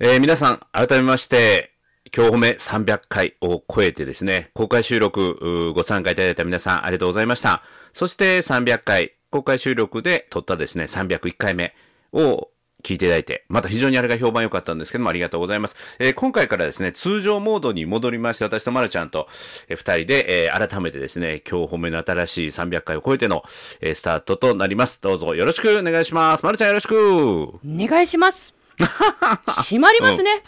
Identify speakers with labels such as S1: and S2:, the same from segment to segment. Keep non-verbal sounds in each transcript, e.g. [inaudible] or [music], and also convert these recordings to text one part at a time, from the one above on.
S1: えー皆さん、改めまして、今日褒め300回を超えてですね、公開収録うーご参加いただいた皆さんありがとうございました。そして300回、公開収録で撮ったですね、301回目を聞いていただいて、また非常にあれが評判良かったんですけども、ありがとうございます。えー今回からですね、通常モードに戻りまして、私とまるちゃんと、えー二人で、えー改めてですね、今日褒めの新しい300回を超えての、えースタートとなります。どうぞよろしくお願いします。まるちゃんよろしく
S2: お願いします。閉まりますね。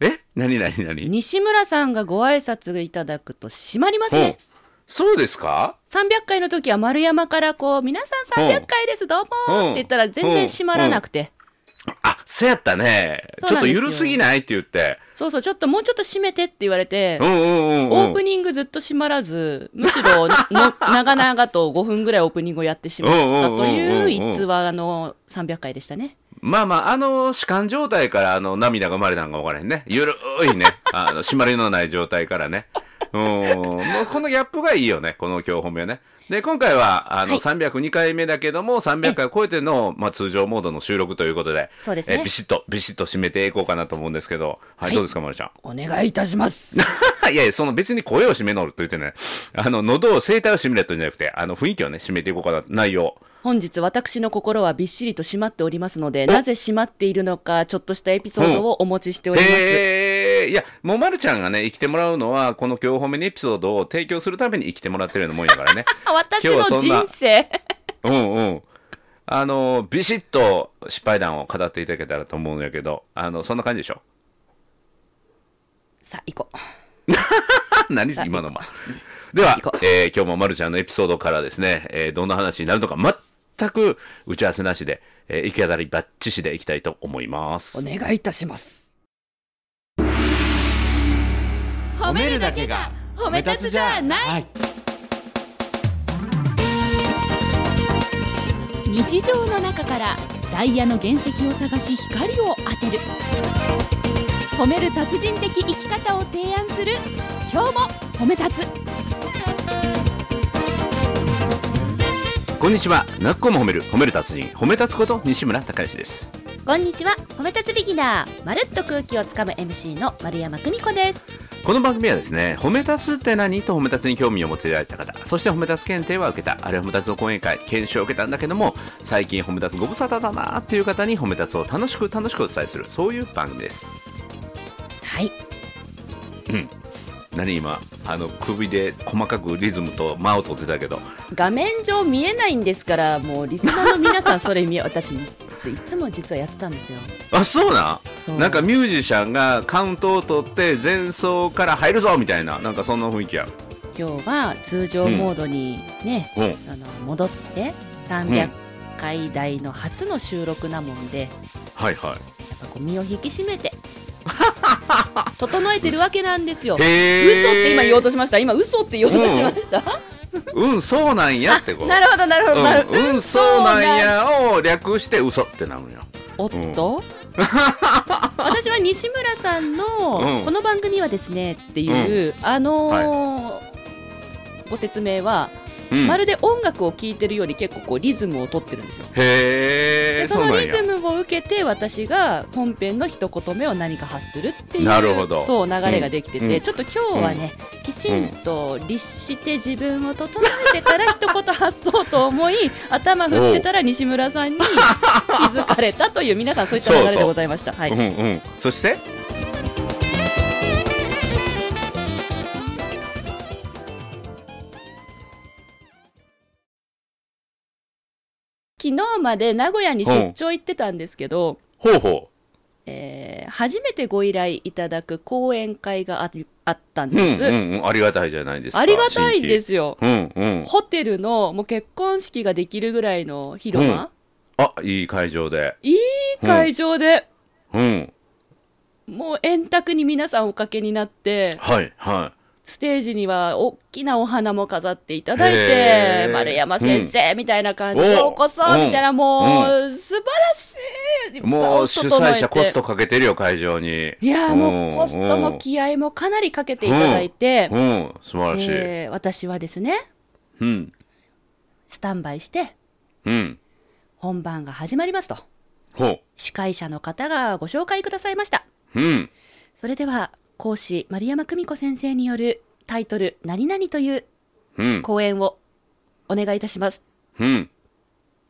S1: え何何何
S2: 西村さんがご挨拶いただくと閉まりますね。
S1: そうですか
S2: 300回の時は丸山からこう、皆さん300回です、どうもーって言ったら全然閉まらなくて。
S1: あ、せやったね。
S2: そう
S1: ちょっ
S2: なん
S1: と
S2: ですよ
S1: 緩すぎないって言って。
S2: そうそう、ちょっともうちょっと閉めてって言われて
S1: う、んうんうんうん。
S2: オープニングずっと閉まらず、むしろの長々と5分ぐらいオープニングをやってしまったという逸話の300回でしたね。
S1: まあまあ、あの、弛緩状態から、あの、涙が生まれたんか分からへんね。ゆるい
S2: [laughs]
S1: ね。あの、締まりのない状態からね。うん。もうこのギャップがいいよね。この今日褒めね。で、今回は、あの、
S2: はい
S1: 302回目だけども、300回を超えての、まあ、通常モードの収録ということで。
S2: そうですね
S1: え、ビシッと、ビシッと締めていこうかなと思うんですけど。はい、
S2: はい
S1: どうですか、まるちゃん。
S2: お願いいたします。
S1: [laughs] いやいや、その別に声を締めのると言ってね、あの、喉を、声帯を締めるというんじゃなくて、あの、雰囲気をね、締めていこうかな、内容。
S2: 本日私の心はびっしりと閉まっておりますので、なぜ閉まっているのか、ちょっとしたエピソードをお持ちしております。
S1: へえ、いや、もうまるちゃんがね、生きてもらうのは、この今日褒めのエピソードを提供するために生きてもらってるようなもんやから
S2: [laughs]
S1: ね。
S2: 私
S1: 今
S2: の
S1: 日はそんな
S2: 人生。
S1: うんうん。あの、ビシッと失敗談を語っていただけたらと思うんやけど、あの、そんな感じでしょ。 [laughs]
S2: さあ、行こう。
S1: 何今のま。では
S2: 行こ、う
S1: えー今日もまるちゃんのエピソードからですね、えーどんな話になるのか、全く打ち合わせなしで、えー、行き当たりばっちしでいきたいと思います。
S2: お願いいたします。
S3: 褒
S2: 褒
S3: めるだけが褒め立つじゃない
S4: 日常の中からダイヤの原石を探し光を当てる褒める達人的生き方を提案する今日も褒め立つ
S1: こんにちは。なっこも褒める、褒める達人、褒め立つこと西村隆之です。
S2: こんにちは、褒め立つビギナー、まるっと空気をつかむ MC の丸山久美子です。
S1: この番組はですね、褒め立つって何と褒め立つに興味を持っていただいた方、そして褒め立つ検定は受けた、あるいは褒め立つの講演会、研修を受けたんだけども、最近褒め立つご無沙汰だなっていう方に褒め立つを楽しく楽しくお伝えする、そういう番組です。
S2: はい、
S1: 何今、あの、首で細かくリズムと間を取ってたけど、
S2: 画面上見えないんですから、もうリスナーの皆さん、それ見よう。私、いついつも実はやってたんですよ。
S1: あ、そうなん
S2: そう
S1: なんかミュージシャンがカウントを取って前奏から入るぞみたいな、なんかそんな雰囲気や。
S2: 今日は通常モードにね、
S1: うん。
S2: あの戻って300回台の初の収録なもんで、
S1: はいは
S2: やっぱこう身を引き締
S1: [laughs]
S2: めて整えてるわけなんですよ。
S1: い。
S2: 嘘っ
S1: へー
S2: て今言おうとしました。今嘘って言おうとしました。
S1: うん、そうなんやってこと。
S2: [laughs] なるほどなるほどなるほど。
S1: うん、うん、そうなんやを略して嘘ってなるんよ。
S2: おっ
S1: [laughs]
S2: と。私は西村さん
S1: うん
S2: のこの番組はですねっていう、あのーご説明は、
S1: うん、
S2: まるで音楽を聴いてるより結構こうリズムを取ってるんですよ。
S1: へ
S2: で
S1: え、
S2: そ
S1: そう
S2: の
S1: なん
S2: リ
S1: や
S2: ズ。ムを受けて私が本編の一言目を何か発するっていう
S1: なるほど
S2: そう流れができてて、
S1: うんうん
S2: ちょっと今日はね、きちんと律して自分を整えてから一言発そうと思い頭振ってたら西村さんに気づかれたという皆さんそういった流れでございました。はい
S1: うんうん。そして、
S2: 昨日まで名古屋に出張行ってたんですけど、
S1: ほうほ
S2: えー初めてご依頼いただく講演会がああったん
S1: う。うん
S2: です、
S1: うんうん。ありがたいじゃないですか。。
S2: ありがたいですすよ。
S1: うんうん。
S2: ホテルのもう結婚式ができるぐらいの広間、
S1: あ、いい会場で。
S2: いい会場で、
S1: うん。
S2: もう円卓に皆さんおかけになって、
S1: はいは
S2: ステージには大きなお花も飾っていただい
S1: へ
S2: て
S1: ー、
S2: 丸山先生みたいな感じで、
S1: お
S2: ようこそみたいな、もう、素晴らしい
S1: い。もう主催者コス。
S2: いっぱい整えて
S1: トかけてるよ、会場に。
S2: いやー、もうコスト
S1: うんう
S2: も
S1: ん
S2: 気合もかなりかけていただいて、
S1: うん、素晴らしい。
S2: えー私はですね、
S1: うん。
S2: スタンバイして、
S1: うん。
S2: 本番が始まりますと。
S1: ほ
S2: 司会者の方がご紹介くださいました。
S1: う。うん。
S2: それでは、講師丸山久美子先生によるタイトル、何々という
S1: うん。
S2: 講演をお願いいたします。
S1: うん。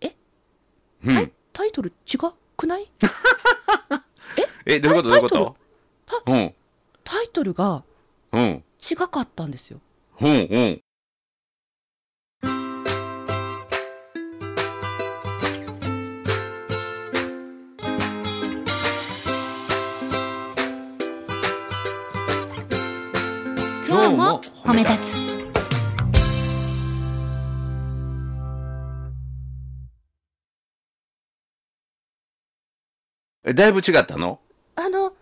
S2: え
S1: う
S2: タイ
S1: ん。
S2: タイトル違くない
S1: え、どういうことどういうことうん。
S2: タイトルが
S1: うん。
S2: 違かったんですよ。
S1: うん。うん。
S4: 今日も褒め立つ
S1: えだいぶ違ったの
S2: あの、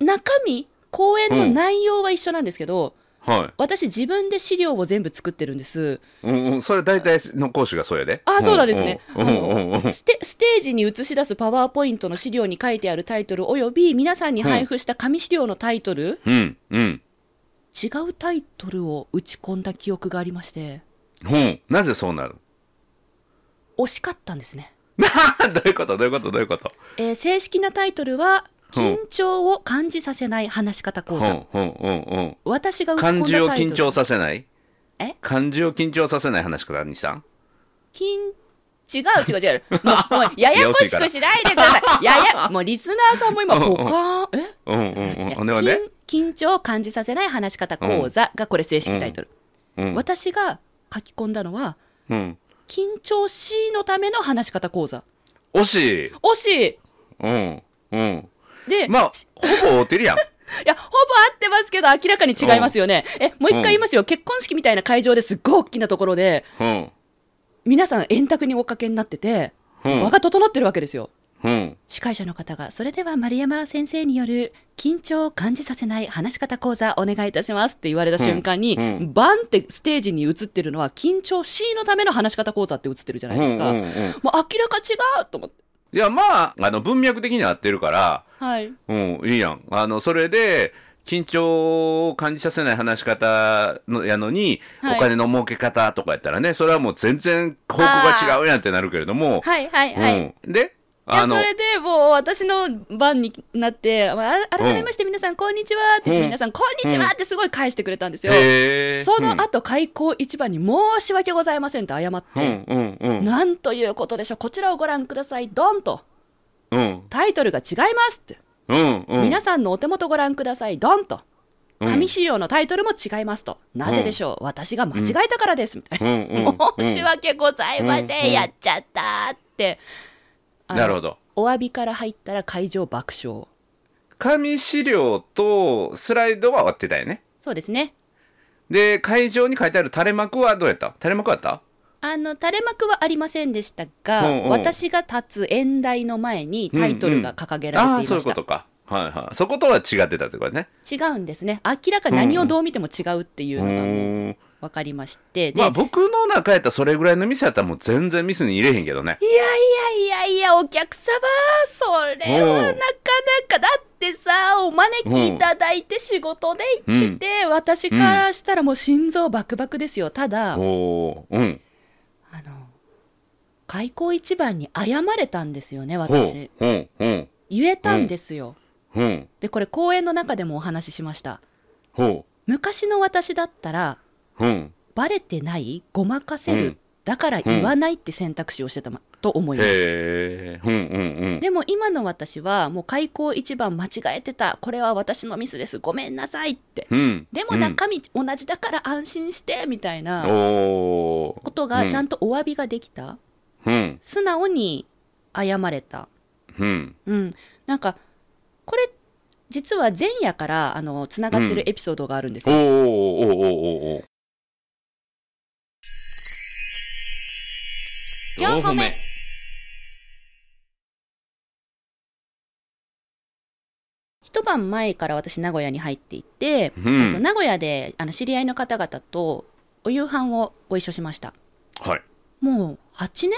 S2: 中身、講演の内容は一緒なんですけど、
S1: は
S2: 私自分で資料を全部作ってるんです。
S1: い。うんうん。それ大体の講師がそれで。
S2: あそうなんですね
S1: うんうんうん。
S2: ステステージに映し出すパワーポイントの資料に書いてあるタイトルおよび皆さんに配布した紙資料のタイトル、
S1: うん。うん。
S2: 違うタイトルを打ち込んだ記憶がありまして、
S1: うん。なぜそうなる [laughs]
S2: 惜しかったんですね。
S1: どういうことどういうことどういうこと
S2: えー正式なタイトルは、
S1: うん
S2: 緊張を感じさせない話し方講
S1: う
S2: 座。
S1: ん。うん。うん。うん。
S2: 私が打ち込
S1: 漢
S2: んだタイ
S1: 字
S2: トル。
S1: を緊張させない
S2: え
S1: 漢字を緊張させない話から西さん
S2: 緊違う違う
S1: [laughs]
S2: 違う。もう、もうややこしくしないでください。やや、もうリスナーさんも今、ポカーン、え
S1: うんうんうん。ほんでほん
S2: いや
S1: で
S2: 緊緊張を感じさせない話し方講座がこれ正式タイトル、
S1: うん。
S2: 私が書き込んだのは
S1: うん。
S2: 緊張しのための話し方講座
S1: 惜しい
S2: 惜し
S1: うん。うん。
S2: いで、
S1: まあ
S2: し、
S1: ほぼ合うてるやん。
S2: いやほぼ合ってますけど明らかに違いますよね、えもう一回言いますよ、結婚式みたいな会場ですっごい大きなところで
S1: うん。
S2: 皆さん円卓におかけになってて、
S1: うん
S2: 輪が整ってるわけですよ
S1: うん。
S2: 司会者の方が、それでは丸山先生による緊張を感じさせない話し方講座お願いいたしますって言われた瞬間に、
S1: うんうん
S2: バンってステージに映ってるのは緊張 C のための話し方講座って映ってるじゃないですか。
S1: うんうんうん
S2: もう明らか違うと思って。
S1: いや、まあ、あの、文脈的には合ってるから、
S2: はい。
S1: うん、いいやん。あの、それで、緊張を感じさせない話し方のやのに、
S2: はい
S1: お金の儲け方とかやったらね、それはもう全然方向が違うやんってなるけれども、
S2: はいはいはい。い
S1: うん、で、
S2: や
S1: あ
S2: そ
S1: の、
S2: れでもう私の番になって、あら改めまして皆さんこんにちはって言って、
S1: うん
S2: 皆さんこんにちはってすごい返してくれたんですよ。
S1: へー
S2: その後、開口一番に申し訳ございませんって謝っ
S1: う
S2: て、
S1: ん、うん、うん、うん
S2: なんということでしょう、こちらをご覧ください、ドンと。
S1: うん、
S2: タイトルが違いますって、
S1: うん、うん、
S2: 皆さんのお手元ご覧ください、ドンと、
S1: うん
S2: 紙資料のタイトルも違いますと、なぜでしょう、私が間違えたからです、みたい
S1: うん、うん、
S2: な、申し訳ございません、
S1: うん
S2: やっちゃったって、あの
S1: なるほど。
S2: お詫びから入ったら会場爆笑、
S1: 紙資料とスライドは合ってたよね。
S2: そうですね、
S1: で、会場に書いてある垂れ幕はどうやった垂れ幕あった
S2: あの垂れ幕はありませんでしたが、
S1: うんうん
S2: 私が立つ演題の前にタイトルが掲げられてい
S1: ああー、
S2: ました、
S1: そういうことか。はいはい。そことは違ってたってことね。
S2: 違うんですね、明らかに何をどう見ても違うっていう
S1: う
S2: のがもう
S1: ーん。
S2: 分かりまして。で
S1: まあ僕の中やったらそれぐらいのミスやったらもう全然ミスに入れへんけどね
S2: い。やいやいやいや、お客様、それはなかなか、だってさ、お招きいただいて仕事で行ってて、私からしたらもう心臓バクバクですよ。ただ、あ
S1: お
S2: の、
S1: おー、うん。
S2: 開口一番に謝れたんですよね、
S1: ほう
S2: 私。、
S1: ほう、ほう、
S2: 言えたんですよ。
S1: ほう、
S2: で、これ講演の中でもお話ししました。
S1: ほう、
S2: 昔の私だったら、
S1: ほう。
S2: バレてない、ごまかせる、
S1: うん
S2: だから言わないって選択肢をしてたまと思います。
S1: へえ、うん、うん、
S2: でも今の私はもう開口一番間違えてたこれは私のミスですごめんなさいって
S1: うん。うん。
S2: でも中身同じだから安心してみたい
S1: うん、
S2: な
S1: おお。
S2: ことがちゃんとお詫びができた、
S1: うん、
S2: 素直に謝れた
S1: うん、
S2: うんなんかこれ実は前夜からあのつながってるエピソードがあるんです
S1: おーおーお
S2: よ、
S1: ーおーおーおー
S3: 4個目
S2: 一晩前から私名古屋に入っていて、
S1: う
S2: あと
S1: ん。
S2: 名古屋であの知り合いの方々とお夕飯をご一緒しました
S1: はい。
S2: もう8年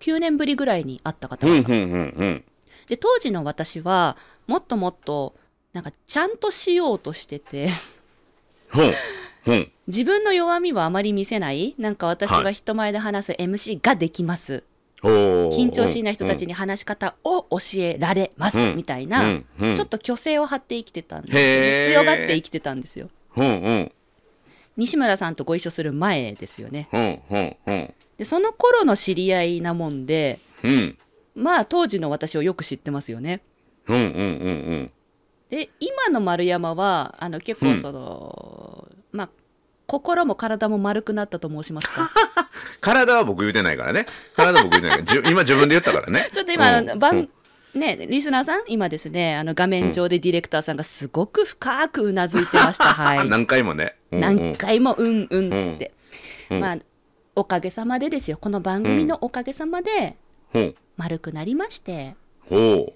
S2: 9年ぶりぐらいに会った方
S1: うん、う
S2: 々、
S1: ん、うん、
S2: で当時の私はもっともっとなんかちゃんとしようとしてて [laughs]
S1: うん。うん、うん。
S2: 自分の弱みはあまり見せないなんか私
S1: は
S2: が人前で話す MC ができます、緊
S1: 緊
S2: 張しいな人たちに話し方を教えられます、みたいな、ちょっ
S1: と、
S2: と虚勢を張って生きてたんです
S1: へー
S2: 強がって生きてたんですよ
S1: うんうん、
S2: 西村さんとご一緒する前ですよね
S1: うんうんうん、
S2: でその頃の知り合いなもんで
S1: うん、
S2: まあ当時の私をよく知ってますよね
S1: うんうんうん
S2: で今の丸山はあの結
S1: う
S2: 構
S1: ん
S2: その、まあ心も体も丸くなったと申しま
S1: [laughs]
S2: すか
S1: 体は僕言うてないからね。体は僕言うてないから。じゅ今自分で言ったから
S2: [laughs]
S1: ね。
S2: ちょっと今あ
S1: う
S2: の
S1: ん
S2: 番、
S1: うん
S2: ねリスナーさん今ですねあの画面上でディレクターさんがすごく深くうなずいてま
S1: [laughs]
S2: した、はい
S1: 何回もね。うんうん
S2: 何回もうんうんって、
S1: うん
S2: まあおかげさまでですよこの番組のおかげさまで
S1: うん
S2: 丸くなりまして
S1: おう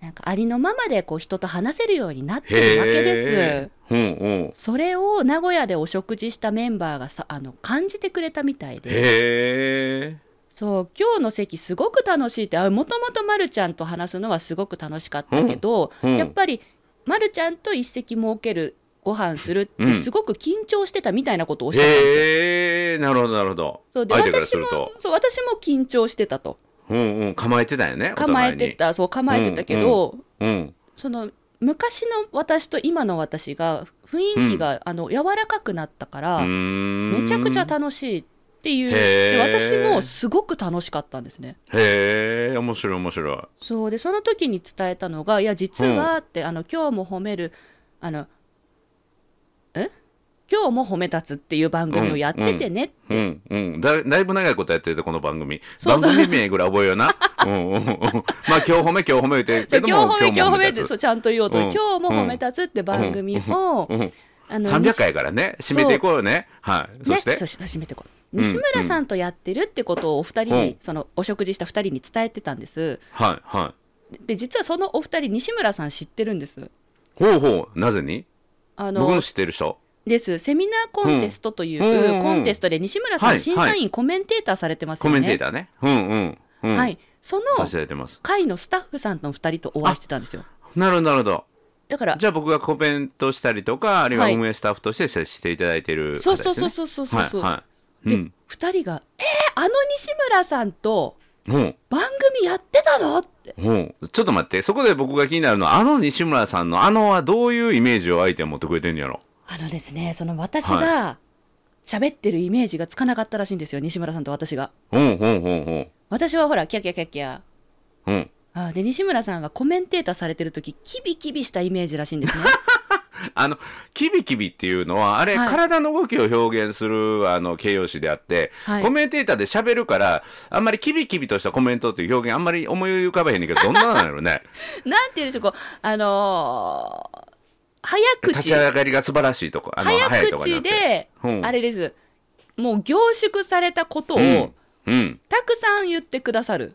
S2: なんかありのままでこう人と話せるようになって
S1: へ
S2: る
S1: え。
S2: わけです
S1: うんうん。
S2: それを名古屋でお食事したメンバーがさあの感じてくれたみたいで
S1: へえ。
S2: そう今日の席すごく楽しいってあもともとまるちゃんと話すのはすごく楽しかったけど、
S1: うんうん
S2: やっぱりまるちゃんと一席設けるご飯するっ
S1: う
S2: て
S1: ん
S2: すごく緊張してたみたいなことをおっしゃったんですよ。
S1: へえ。なるほどなるほど。
S2: そうで
S1: 相手から
S2: 私
S1: す
S2: も
S1: ると。
S2: そう私も緊張してたと
S1: うんうん。構えてたよね。お
S2: 構
S1: 互
S2: え
S1: いに
S2: て。たそう構えてたけど、
S1: うん。
S2: その昔の私と今の私が雰囲気が、あの柔らかくなったから、め
S1: め
S2: ちゃくちゃ楽しいっていう
S1: へ
S2: で
S1: ー
S2: 私もすごく楽しかったんですね
S1: へえ。面白い面白い。
S2: そうでその時に伝えたのが「いや実は」って、あの「今日も褒める」あの「え今日も褒め立つ」っていう番組をやっててね、
S1: うんうん、だだいぶ長いことやってるとこの番組
S2: そうそう
S1: 番組名ぐらい覚えようなうんうんうんまあ今日褒め今日褒め言うてる
S2: そ
S1: け
S2: う
S1: ど
S2: 今
S1: も
S2: 日褒め今日褒めっ
S1: 立
S2: て
S1: つ
S2: そうちゃんと言おうと、
S1: うん
S2: 今日も褒め立つって番組を、
S1: うん、
S2: あの
S1: 300回やからね締めていこうよねはいそして、
S2: ね、そうし締めてこう
S1: うん
S2: 西村さんとやってるってことをお二人に、
S1: うん
S2: そのお食事した二人に伝えてたんです
S1: はいは
S2: で実はそのお二人西村さん知ってるんです
S1: いほうほうなぜに
S2: あ
S1: 僕
S2: の
S1: の知ってる人
S2: ですセミナーコンテストとい
S1: うんうんうんう
S2: うんコンテストで西村さん、
S1: はい
S2: 審査員、
S1: は
S2: コメンテーターされてますよ
S1: コ
S2: ね
S1: メンテーターねうんうんうん
S2: はいその
S1: させていただいてます
S2: 会のスタッフさんのお二人とお会いしてたんですよ
S1: なるほどなるほど
S2: だから
S1: じゃあ僕がコメントしたりとかあるいは
S2: はい
S1: 運営スタッフとして接していただいてる
S2: そう
S1: 方
S2: そうそう
S1: う
S2: そうそうそう、
S1: はいはい
S2: で、
S1: うん
S2: 二人が「えー、あの西村さんと
S1: うん
S2: 番組やってたの?」って
S1: うん、ちょっと待ってそこで僕が気になるのはあの西村さんのあのはどういうイメージを相手は持ってくれてんやろ
S2: あのですね、その私が喋ってるイメージがつかなかったらしいんですよ、西村さんと私が。
S1: うんうんうん
S2: 私はほら、キャキャキャキャ。
S1: うんうん
S2: あで、西村さんはコメンテーターされてるとき、キビキビしたイメージらしい
S1: [laughs]
S2: んですね。
S1: あのキビキビっていうのはあれ、
S2: はい
S1: 体の動きを表現するあの形容詞であって、
S2: はい
S1: コメンテーターで喋るからあんまりキビキビとしたコメントっていう表現あんまり思い浮かべへんねんけどどんなのやろね
S2: なんて言うんでしょう、こう、あのー早
S1: 立ち
S2: [laughs] 口、
S1: 上がりが素晴らしいとかあの
S2: 早
S1: とかじゃなくて
S2: 口で、
S1: うん
S2: あれです、もう凝縮されたことを、
S1: うんうん
S2: たくさん言ってくださる。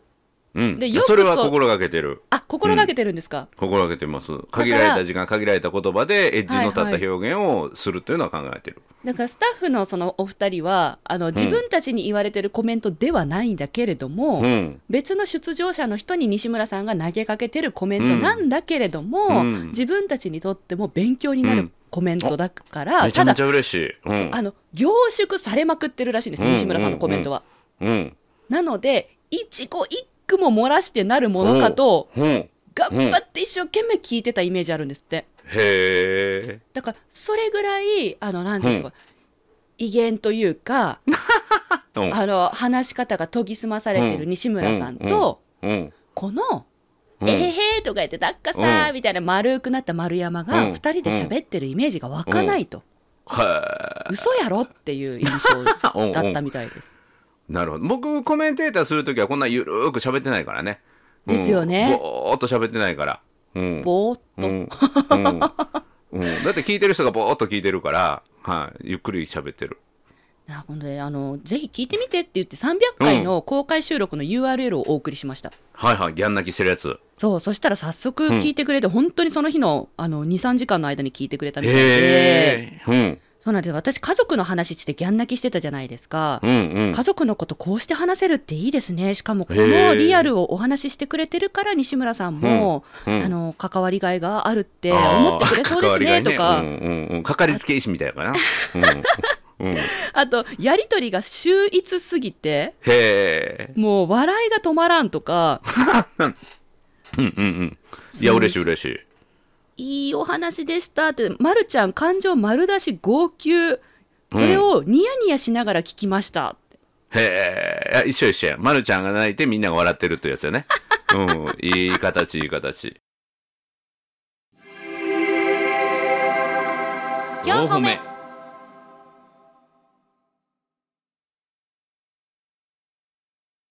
S1: うん
S2: でよく
S1: それは
S2: そう
S1: 心がけてる
S2: あ、心がけてるんですか、
S1: 心がけてます限られた時間限られた言葉でエッジの立った表現をするというのは考えてる、
S2: だからスタッフのそのお二人は、あの、自分たちに言われてるコメントではないんだけれども、
S1: うん、
S2: 別の出場者の人に西村さんが投げかけてるコメントなんだけれど
S1: う
S2: も、
S1: ん
S2: 自分たちにとっても勉強にな
S1: う
S2: る
S1: ん
S2: コメントだから、
S1: めちゃ
S2: た
S1: め
S2: だ
S1: ちゃ嬉しい。うん
S2: あの凝縮されまくってるらしいんです、
S1: うん
S2: 西村さんのコメントは。
S1: うん。
S2: なので一語一句も漏らしてなるものかと
S1: うん。へ
S2: 頑張って一生懸命聞いてたイメージあるんですって
S1: え。
S2: だからそれぐらいあのなんていうんですか、威厳というか
S1: うん
S2: あの話し方が研ぎ澄まされてる西村さんと、
S1: うん。
S2: この
S1: う
S2: 「
S1: ん
S2: えへへ」とか言って「だっかさ
S1: う
S2: ー」みたいな丸くなった丸山
S1: う
S2: が
S1: ん
S2: 2人で喋ってるイメージが湧かないと
S1: は
S2: 嘘やろっていう印象
S1: うん
S2: だったみたいです。
S1: い。なるほど。僕、コメンテーターするときはこんなゆるーく喋ってないからね。うん
S2: ですよね
S1: ぼーっと喋ってないから。うん。
S2: ぼーっ
S1: う
S2: と、
S1: ん。うんうんだって聞いてる人がぼーっと聞いてるから、はい。ゆっくり喋ってる。
S2: なのであのぜひ聞いてみてって言って300回の公開収録の URL をお送りしました。
S1: はいはい。ギャン泣きしてるやつ。
S2: そうそしたら早速聞いてくれて、本当にその日のあの23時間の間に聞いてくれたみたいで
S1: へえ。うん。
S2: そうなんです私家族の話してギャン泣きしてたじゃないですか、
S1: うんうん。
S2: 家族のことこうして話せるっていいですね。しかもこ
S1: へ
S2: の
S1: ー
S2: リアルをお話ししてくれてるから西村さんも、
S1: うんうん
S2: あの関わりがいがあるって
S1: あー
S2: 思ってくれそうですねと
S1: 関わりが
S2: か、
S1: いうんうんうん。かかりつけ医師みたいやからな。うん。へ
S2: あと、やりとりが秀逸すぎて、
S1: え。
S2: もう笑いが止まらんとか、 [laughs]
S1: うんうんうん。いや、
S2: そう
S1: 嬉しい嬉しい。
S2: いいお話でしたって、まるちゃん、感情丸出し、号泣、それをニヤニヤしながら聞きましたって。
S1: へえ。あ一緒一緒や。まるちゃんが泣いてみんなが笑ってるってやつやね。 [laughs] うん。いい形、いい形。
S4: 4歩目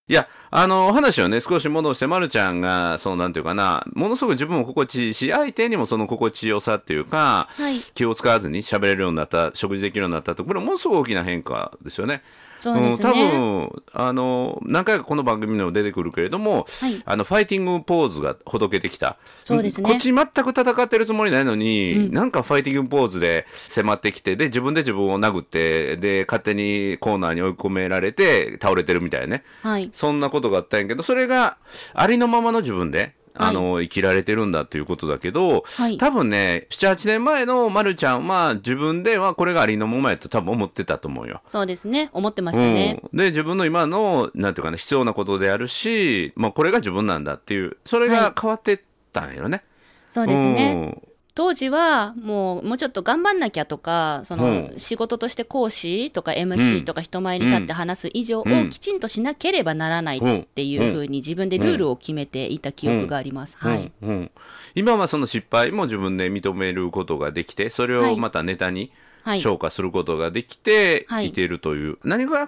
S1: いや、あの、お話をね、少し戻して、まるちゃんが、そう、なんていうかな、ものすごく自分も心地いいし、相手にもその心地よさっていうか、
S2: はい
S1: 気を使わずに喋れるようになった、食事できるようになったと、これものすごく大きな変化ですよね。
S2: そうですね。
S1: ん、多分、あの、何回かこの番組にも出てくるけれども、
S2: はい
S1: あの、ファイティングポーズがほどけてきた。
S2: そうですね
S1: こっち全く戦ってるつもりないのに、
S2: うん
S1: なんかファイティングポーズで迫ってきて、で、自分で自分を殴って、で、勝手にコーナーに追い込められて、倒れてるみたいなね。
S2: はい。
S1: そんなことがあったんやけど、それがありのままの自分で、
S2: はい
S1: あの、生きられてるんだっていうことだけど、
S2: はい
S1: 多分ね、7、8年前のまるちゃんは自分ではこれがありのままやと多分思ってたと思うよ。
S2: そうですね。思ってましたね。
S1: うん、で自分の今のなんていうかね必要なことであるし、まあ、これが自分なんだっていうそれ
S2: は
S1: が
S2: い
S1: 変わってったんよね。
S2: そうですね。
S1: うん
S2: 当時はもうもうちょっと頑張んなきゃとかその
S1: う
S2: 仕事として講師とか
S1: う
S2: MC
S1: ん
S2: とか人前に立って話す以上を
S1: うん
S2: きちんとしなければならないっていうふうに自分でルールを決めていた記憶があります。はい、
S1: うんうん今はその失敗も自分で認めることができてそれ
S2: は
S1: を
S2: い
S1: またネタに
S2: はい、
S1: 消化することができて、
S2: はい
S1: い、ているという何が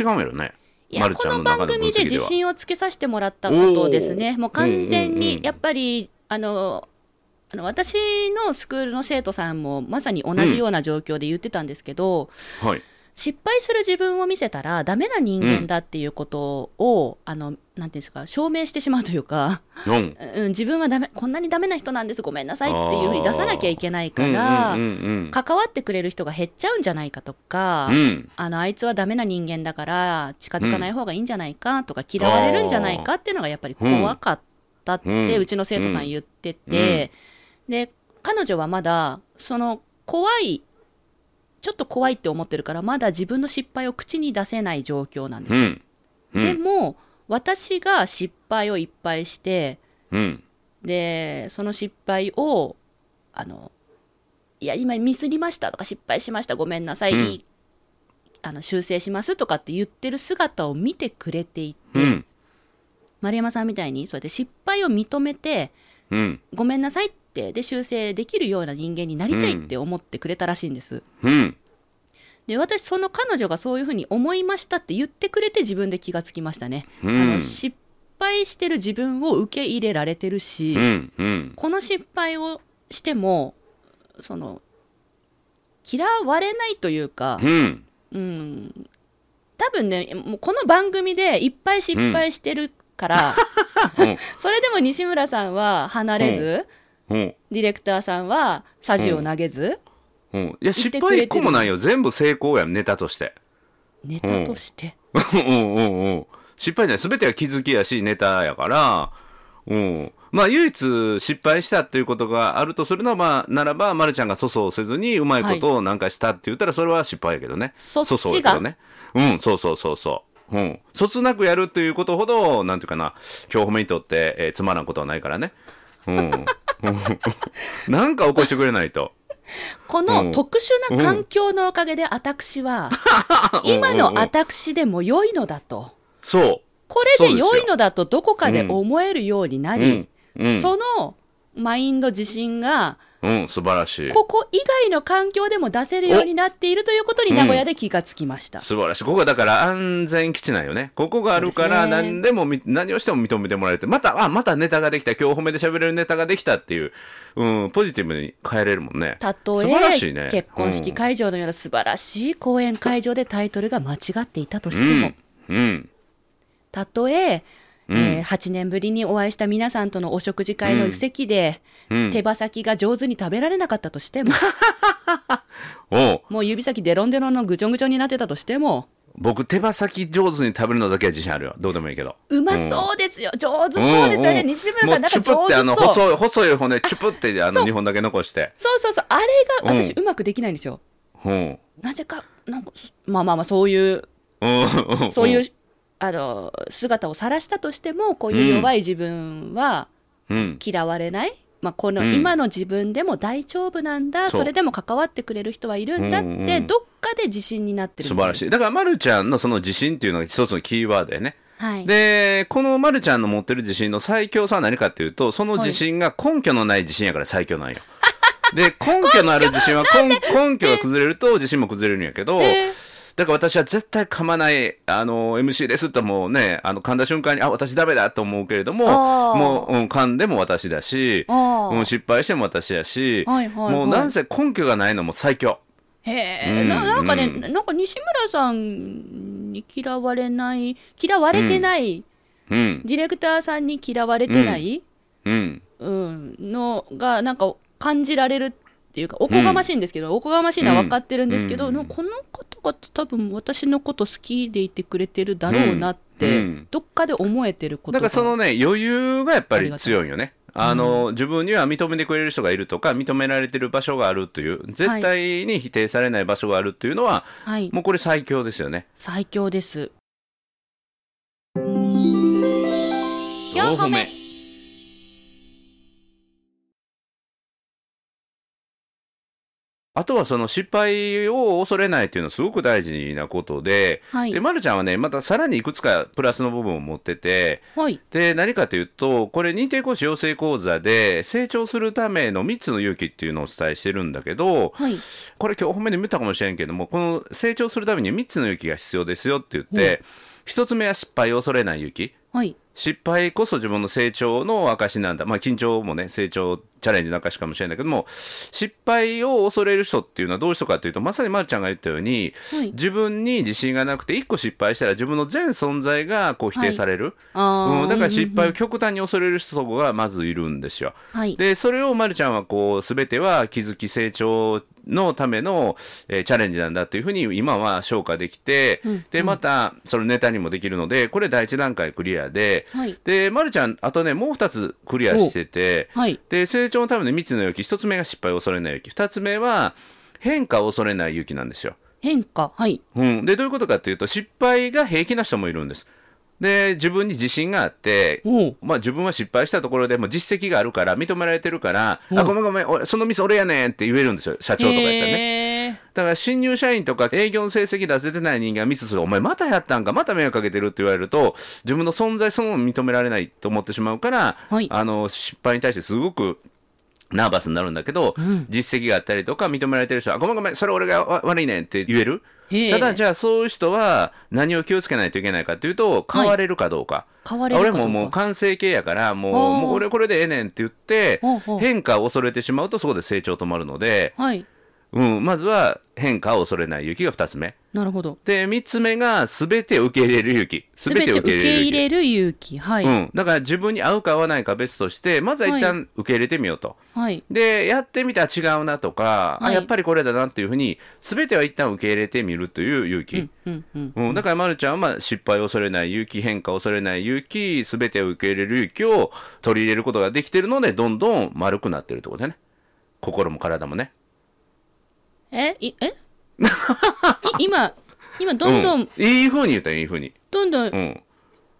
S1: 違うんやろね。
S2: いや
S1: まる
S2: こ
S1: ちゃん
S2: の
S1: の中
S2: 番
S1: の分
S2: 組で
S1: 析では。
S2: 自信をつけさせてもらったことですね、
S1: おー
S2: もう完全
S1: うんうん
S2: に
S1: うん
S2: やっぱり、あのあの私のスクールの生徒さんもまさに同じような状況で言ってたんですけど、
S1: はい、
S2: 失敗する自分を見せたらダメな人間だっていうことを、あのなんていうんですか証明してしまうというか、 [laughs]
S1: うん
S2: うん、自分はダメこんなにダメな人なんですごめんなさいっていうふうに出さなきゃいけないか
S1: う
S2: ら
S1: んうん
S2: 関わってくれる人が減っちゃうんじゃないかとか
S1: うん、うん
S2: あのあいつはダメな人間だから近づかない方がいいんじゃないかとか、嫌われるんじゃないかっていうのがやっぱり怖かったって、う
S1: うん
S2: ちの生徒さん言ってて、で彼女はまだその怖いちょっと怖いって思ってるからまだ自分の失敗を口に出せない状況なんで
S1: う
S2: す、
S1: んうん
S2: でも私が失敗をいっぱいして
S1: うん
S2: でその失敗をあのいや今ミスりましたとか失敗しましたごめんなさい、
S1: うん
S2: あの修正しますとかって言ってる姿を見てくれていて、
S1: うん
S2: 丸山さんみたいにそうやって失敗を認めて
S1: うん
S2: ごめんなさいってで修正できるような人間になりたいって思ってくれたらしいんです、
S1: うん
S2: で私その彼女がそういうふうに思いましたって言ってくれて自分で気がつきましたね、
S1: うん
S2: あの失敗してる自分を受け入れられてるし、
S1: うんうん
S2: この失敗をしてもその嫌われないというか、
S1: うん
S2: うん、多分ねもうこの番組でいっぱい失敗してるから、 [laughs]
S1: うん
S2: それでも西村さんは離れず、
S1: うん
S2: ディレクターさんはサジを投げず、
S1: うん、いや
S2: 言っ
S1: 失
S2: てくれてる
S1: 敗一個もないよ全部成功やんネタとして
S2: ネタとして、
S1: うんうんうん失敗じゃない全ては気づきやしネタやからうんまあ唯一失敗したっていうことがあるとするのはまあならば、ま、るちゃんが粗相せずにうまいことをなんかしたって言ったらそれは失敗やけどね、
S2: そっちが
S1: 粗相やけどねうんそうそうそうそううんそつなくやるということほどなんていうかな今日褒めにとって、えーつまらんことはないからねうん
S2: [laughs]
S1: うんなんか起こしてくれないと
S2: こ
S1: うん
S2: の特殊な環境のおかげで私は、今
S1: うん
S2: の
S1: うんうん
S2: 私でも良いのだと。
S1: そう
S2: これで良いのだとどこかで思えるようになり、
S1: うんうん
S2: そのマインド自信が、
S1: うん、素晴らしい。
S2: ここ以外の環境でも出せるようになっているということに
S1: お
S2: 名古屋で気がつきました。
S1: 素晴らしい。ここがだから安全基地なんよね。ここがあるから
S2: そうですね
S1: 何でもみ、何をしても認めてもらえて、また、あ、またネタができた。今日褒めて喋れるネタができたっていう、うん、ポジティブに変えれるもんね。
S2: たと
S1: 素
S2: え
S1: 晴らしいね。
S2: 結婚式会場のような素晴らしい講演会場でタイトルが間違っていたとしても、
S1: うん。うん。
S2: たとえ
S1: うん
S2: えー8年ぶりにお会いした皆さんとのお食事会の席で、
S1: うん。
S2: 手羽先が上手に食べられなかったと
S1: [laughs]
S2: しても、
S1: おう
S2: もう指先デロンデロンのぐちょんぐちょんになってたとしても、
S1: 僕、手羽先上手に食べるのだけは自信あるよ。どうでもいいけど。
S2: うまそうですよ、上手そうですよね、
S1: んん
S2: 西村さん、
S1: も
S2: な
S1: うん
S2: か
S1: チュ
S2: 上手
S1: プ
S2: そう。
S1: って、あの、細い、細い骨、チュプって、あ
S2: そ
S1: の、
S2: う
S1: 2本だけ残して。
S2: そうそうそう、あれが私、
S1: う
S2: うまくできないんですよ。
S1: うん。
S2: なぜか、なんかそまあまあまあそういう
S1: うん。
S2: そういう、あの姿を晒したとしてもこういう弱い自分は
S1: うん。
S2: 嫌われない、まあ、この
S1: うん
S2: 今の自分でも大丈夫なんだ、
S1: そう
S2: それでも関わってくれる人はいるんだって、
S1: うんうん
S2: どっかで自信になってる
S1: 素晴らしい。だから、まるちゃんのその自信っていうのが一つのキーワードだよね。
S2: はい、
S1: で、このまるちゃんの持ってる自信の最強さは何かっていうと、その自信が根拠のない自信やから最強
S2: [laughs]
S1: なんよ。で、根拠のある自信は根根拠が崩れると自信も崩れるんやけど、
S2: えー
S1: だから私は絶対噛まない、あの、MC ですともうね、あの、噛んだ瞬間に、あ、私ダメだと思うけれども、
S2: あー
S1: もう、うん噛んでも私だし、
S2: あー
S1: うん失敗しても私やし、
S2: はいはいはい
S1: もうなんせ根拠がないのも最強。
S2: へ
S1: う
S2: え
S1: ん
S2: ななんかね、
S1: うん
S2: なんか西村さんに嫌われない嫌われてない、
S1: うん、
S2: ディレクターさんに嫌われてない、
S1: うん、
S2: うん、のがなんか感じられるっていうかおこがましいんですけど、おこがましいのは分かってるんですけど、
S1: うん
S2: なんかこの方が多分私のこと好きでいてくれてるだろうなっ
S1: うんう
S2: て、
S1: ん
S2: どっかで思えてること
S1: だからそのね、余裕がやっぱ
S2: あり
S1: り
S2: がとう
S1: 強いよね。あの、自分には認めてくれる人がいるとか、認められてる場所があるという、絶対に否定されない場所があるっていうのは、
S2: はい、
S1: もうこれ最強ですよね。
S2: 最強です
S4: 4歩目
S1: あとはその失敗を恐れないっていうのはすごく大事なことで、
S2: はい
S1: で、まるちゃんはね、またさらにいくつかプラスの部分を持ってて、
S2: はい
S1: で、何かというと、これ認定講師養成講座で成長するための3つの勇気っていうのをお伝えしてるんだけど、
S2: はい
S1: これ今日褒めで見たかもしれんけども、この成長するために3つの勇気が必要ですよって言って、1つ目は失敗を恐れない勇気。
S2: はい
S1: 失敗こそ自分の成長の証なんだ。まあ緊張もね、成長、チャレンジの証かもしれないけども、失敗を恐れる人っていうのはどういう人かというと、まさにまるちゃんが言ったように、
S2: はい
S1: 自分に自信がなくて、一個失敗したら自分の全存在がこう否定される。
S2: あー
S1: うん、だから失敗
S2: う
S1: を
S2: ん
S1: 極端に恐れる人がまずいるんですよ。
S2: うんはい
S1: で、それをまるちゃんはこう、すべては気づき成長のための、えーチャレンジなんだというふうに今は消化できて、
S2: うん
S1: で、また、そのネタにもできるので、これ第一段階クリアで、
S2: はい
S1: で、まるちゃん、あとね、もう二つクリアしてて、
S2: はい
S1: で、成長のための3つの勇気、一つ目が失敗を恐れない勇気、二つ目は変化を恐れない勇気なんですよ。
S2: 変化はい
S1: うん、でどういうことかっていうと失敗が平気な人もいるんです。で自分に自信があって、
S2: おう
S1: まあ、自分は失敗したところでもう実績があるから認められてるから「
S2: うん
S1: あごめんごめん俺そのミス俺やねん」って言えるんですよ社長とかやったらね。
S2: へー
S1: だから新入社員とか営業の成績出せてない人間がミスする「お前またやったんかまた迷惑かけてる」って言われると自分の存在そのもの認められないと思ってしまうから、
S2: はい
S1: あの失敗に対してすごくナーバスになるんだけど、
S2: ん
S1: 実績があったりとか認められてる人は「ごめんごめんそれ俺がわ悪いねん」って言える。
S2: へー
S1: ただじゃあそういう人は何を気をつけないといけないかというと変われるかどうか、
S2: 変われるかどうか
S1: 俺ももう完成形やからもう
S2: あー
S1: もう俺これでええねんって言って
S2: ほうほう
S1: 変化を恐れてしまうとそこで成長止まるので、
S2: はい
S1: うん、まずは変化を恐れない勇気が2つ目
S2: なるほど
S1: で3つ目が全て受け入れる勇気全て受け入れる勇気
S2: る勇気はい、
S1: うん、だから自分に合うか合わないか別としてまずは一旦受け入れてみようと。
S2: はい
S1: で、やってみたら違うなとか、
S2: は
S1: あ、
S2: い
S1: やっぱりこれだなっていうふうに、すべては一旦受け入れてみるという勇気。
S2: うんうんうん
S1: うん、だから、まるちゃんは、まあ、失敗を恐れない勇気、変化を恐れない勇気、すべてを受け入れる勇気を取り入れることができてるので、どんどん丸くなってるってことだね。心も体もね。
S2: えいえ [laughs] い今今どんどん、
S1: ういいふうに言ったよ、いいふうに。
S2: どんどん
S1: うん。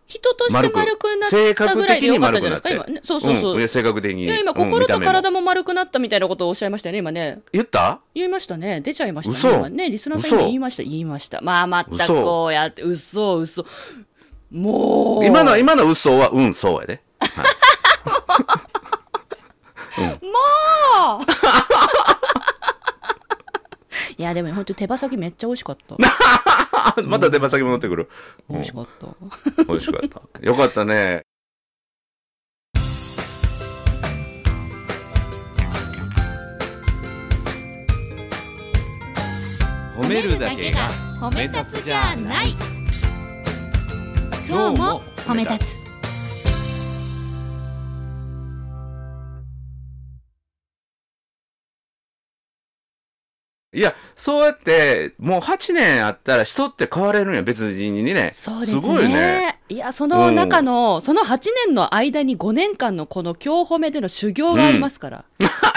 S2: 人として丸くな
S1: 性
S2: ったぐ
S1: 格
S2: らい
S1: 的
S2: でよ
S1: に
S2: かった
S1: 丸
S2: じゃ
S1: くな
S2: な
S1: い
S2: です
S1: って。
S2: か今ねそうそうそう、
S1: んい
S2: い
S1: や性格的に。
S2: や今
S1: うん
S2: 心
S1: 見
S2: と。
S1: た目も
S2: 体も丸くなったみたいなことをおっしゃいましたよね今ね
S1: 言った
S2: 言いましたね出ちゃいましたね
S1: 嘘
S2: 今ねリスナーさん今
S1: 嘘
S2: 言いました言いましたまあまた
S1: 嘘
S2: こうやって嘘嘘もう
S1: 今の、今の嘘は、うん、そうやで。はい
S2: いやでも本当手羽先めっちゃ美味しかった
S1: あ [laughs] また出羽先戻ってくる。
S2: 美
S1: うん
S2: 味しかった
S1: 美味しかった。よかったね。褒
S4: 褒めるだけが褒め立つじゃない今日も褒め立つ
S1: いや、そうやって、もう8年あったら人って変われるんや、別人にね。
S2: そうですね。
S1: ごいね。 [laughs]
S2: いや、その中の、その8年の間に5年間のこの今日褒めでの修行がありますから。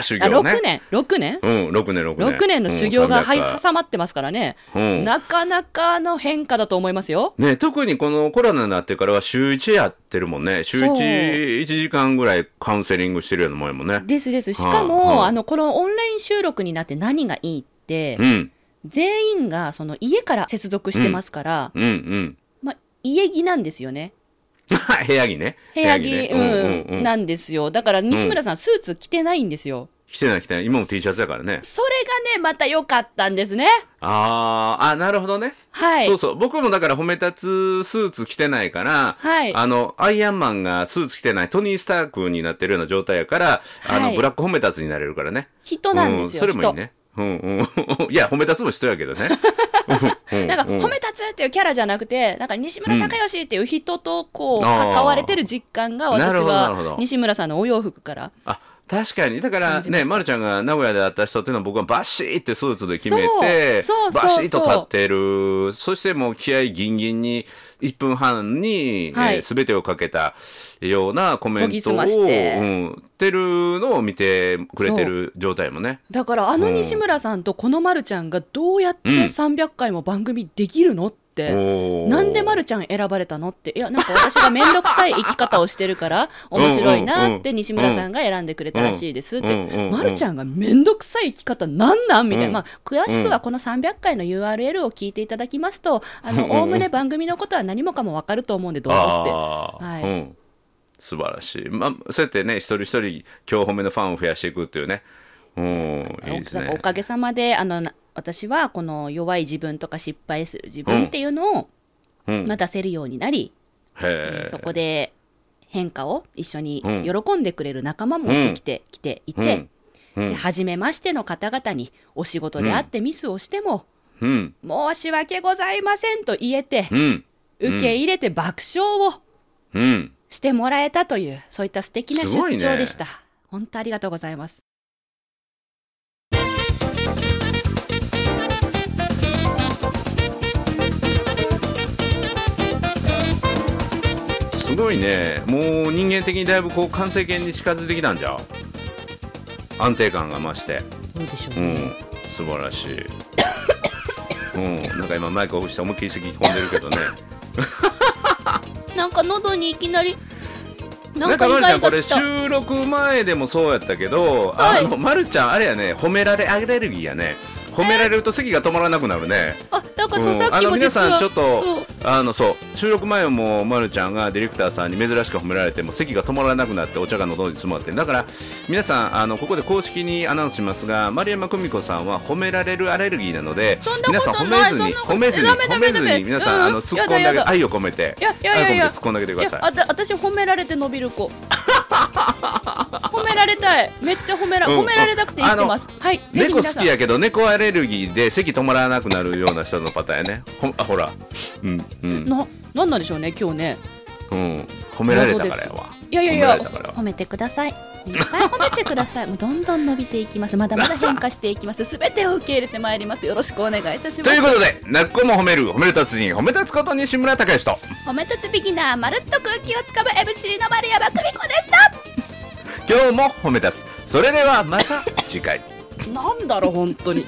S1: 修
S2: あ
S1: 行ね
S2: 6。年6年
S1: うん、6年、6年。
S2: 6年の修行が、
S1: うん
S2: はい、
S1: 300
S2: 挟まってますからね、
S1: うん
S2: なかなかの変化だと思いますよ。
S1: ね、特にこのコロナになってからは週1やってるもんね。週
S2: そう
S1: 1、1時間ぐらいカウンセリングしてるようなもんやもんね。
S2: ですです、しかも、
S1: はいはい
S2: あのこのオンライン収録になって何がいいって、
S1: うん、
S2: 全員がその家から接続してますから、
S1: うん、うん。
S2: まあ、家着なんですよね、
S1: [laughs] 部屋着ね。
S2: 部屋着、
S1: ね
S2: うん
S1: うん、うん。
S2: なんですよ、だから西村さん、スーツ着てないんですよ、
S1: 来てない来てない。今も T シャツだからね。
S2: それがね、また良かったんですね。
S1: あー、あ、なるほどね。
S2: はい
S1: そうそう。僕もだから褒め立つスーツ着てないから、
S2: はい
S1: あの、アイアンマンがスーツ着てないトニー・スタークになってるような状態やから、あ
S2: は
S1: の、
S2: い
S1: ブラック褒め立つになれるからね。
S2: 人なんですよ、
S1: うん、それもいいね。うんうん、いや、褒め立つも人やけど
S2: [laughs]
S1: ね。うんう
S2: 人
S1: ん
S2: なんか
S1: うん
S2: 褒め立つっていうキャラじゃなくて、なんか西村隆義っていう人とこう、
S1: うん
S2: 関われてる実感が
S1: な
S2: 私
S1: るほどなるほ
S2: は
S1: ど
S2: 西村さんのお洋服から。
S1: あ確かにだから
S2: 感じまし
S1: ね、
S2: た
S1: ま、るちゃんが名古屋で会った人っていうのは僕はバシーってスーツで決めて
S2: そうそうそう
S1: バシーと立ってるそしてもう気合ギンギンに1分半に、
S2: はい
S1: えー全てをかけたようなコメ
S2: 研ぎ
S1: ント
S2: 澄
S1: を
S2: まして
S1: うん、てるのを見てくれてる状態もね
S2: だからあの西村さんとこのまるちゃんがどうやって300回も番組できるのって。
S1: おー
S2: なんでまるちゃん選ばれたのって、いや、なんか私がめんどくさい生き方をして
S1: [laughs]
S2: るから、面白いなって西村さんが選んでくれたらしいですっ
S1: うんうんうん
S2: て、まるちゃんがめんどくさい生き方なんなんみたいな、
S1: うん
S2: まあ、詳しくはこの300回の URL を聞いていただきますと、あ
S1: うん
S2: の、
S1: うん
S2: おおむね番組のことは何もかもわかると思うんで、どうぞって。
S1: あー
S2: はい
S1: うん、素晴らしい、まあ、そうやってね一人一人今日褒めのファンを増やしていくっていうねうんいいです
S2: なんかお
S1: ね
S2: かげさまであのな私はこの弱い自分とか失敗する自分っていうのを、
S1: うん
S2: まあ、出せるようになり、え
S1: へ
S2: ー
S1: ー
S2: そこで変化を一緒に
S1: うん
S2: 喜んでくれる仲間もできてきていて、
S1: うんうん
S2: で初めましての方々にお仕事であってミスをしても、
S1: うん
S2: 申し訳ございませんと言えて、
S1: うん
S2: 受け入れて爆笑を
S1: うん
S2: してもらえたというそういった素敵な
S1: す
S2: 出
S1: ごいね
S2: 張でした、本当ありがとうございます
S1: すごいねもう人間的にだいぶこう完成形に近づいてきたんじゃん安定感が増して
S2: どうでしょう
S1: うん素晴らしい [laughs] うんなんか今マイクオフして思いっきり咳込んでるけどね
S2: なんか喉にいきなり
S1: [laughs] なんかまるちゃんこれ収録前でもそうやったけど、
S2: はい
S1: あのまるちゃんあれやね褒められアレルギーやね褒められると咳が止まらなくなるね、
S2: あなんかそう、
S1: うん
S2: さっ
S1: あ
S2: き
S1: の
S2: も
S1: 皆
S2: 実
S1: さん
S2: は
S1: ちょっと
S2: そう
S1: あのそう収録前もまるちゃんがディレクターさんに珍しく褒められてもう席が止まらなくなってお茶が喉に詰まってるだから皆さんあのここで公式にアナウンスしますが丸山久美子さんは褒められるアレルギーなので
S2: そんな
S1: 皆
S2: こと
S1: さん
S2: ない
S1: 褒めずに
S2: そ
S1: 褒
S2: んな
S1: め
S2: こと
S1: ずに
S2: ダメダ
S1: 褒
S2: メ
S1: め
S2: ダ
S1: ず
S2: メ
S1: に皆さんあ
S2: うんうん
S1: の突っ込んであ
S2: やだ
S1: げ
S2: やだ
S1: 愛を込めて
S2: いやいやいやいや
S1: 愛を込めて突っ込んであげて
S2: い
S1: くださ
S2: や
S1: い
S2: あた私褒められて伸び
S1: [laughs]
S2: る子褒められたいめっちゃ褒めら
S1: うんうん
S2: 褒められたくて生きてます、はいぜひ
S1: 猫
S2: 皆
S1: 好
S2: さん
S1: きやけど猫アレルギーで席止まらなくなるような人のパターンやねほあほらうんうん
S2: ななんなんでしょうね今日ね
S1: うん褒められたからやわ
S2: いやいやい
S1: 褒めら
S2: や
S1: れたから
S2: 褒めてくださいいっぱい褒めてくださ [laughs] いもうどんどん伸びていきますまだまだ変化していきますすべてを受け入れてまいりますよろしくお願いいたしま
S1: という
S2: す
S1: ことで、なっこも褒める、褒める達人、褒め立つこと西村隆之と、
S2: 褒め立つビギナーまるっと空気をつかむ MC の丸山久美子でした
S1: 今日も褒め立つ。それではまた次回。
S2: なんだろう本当に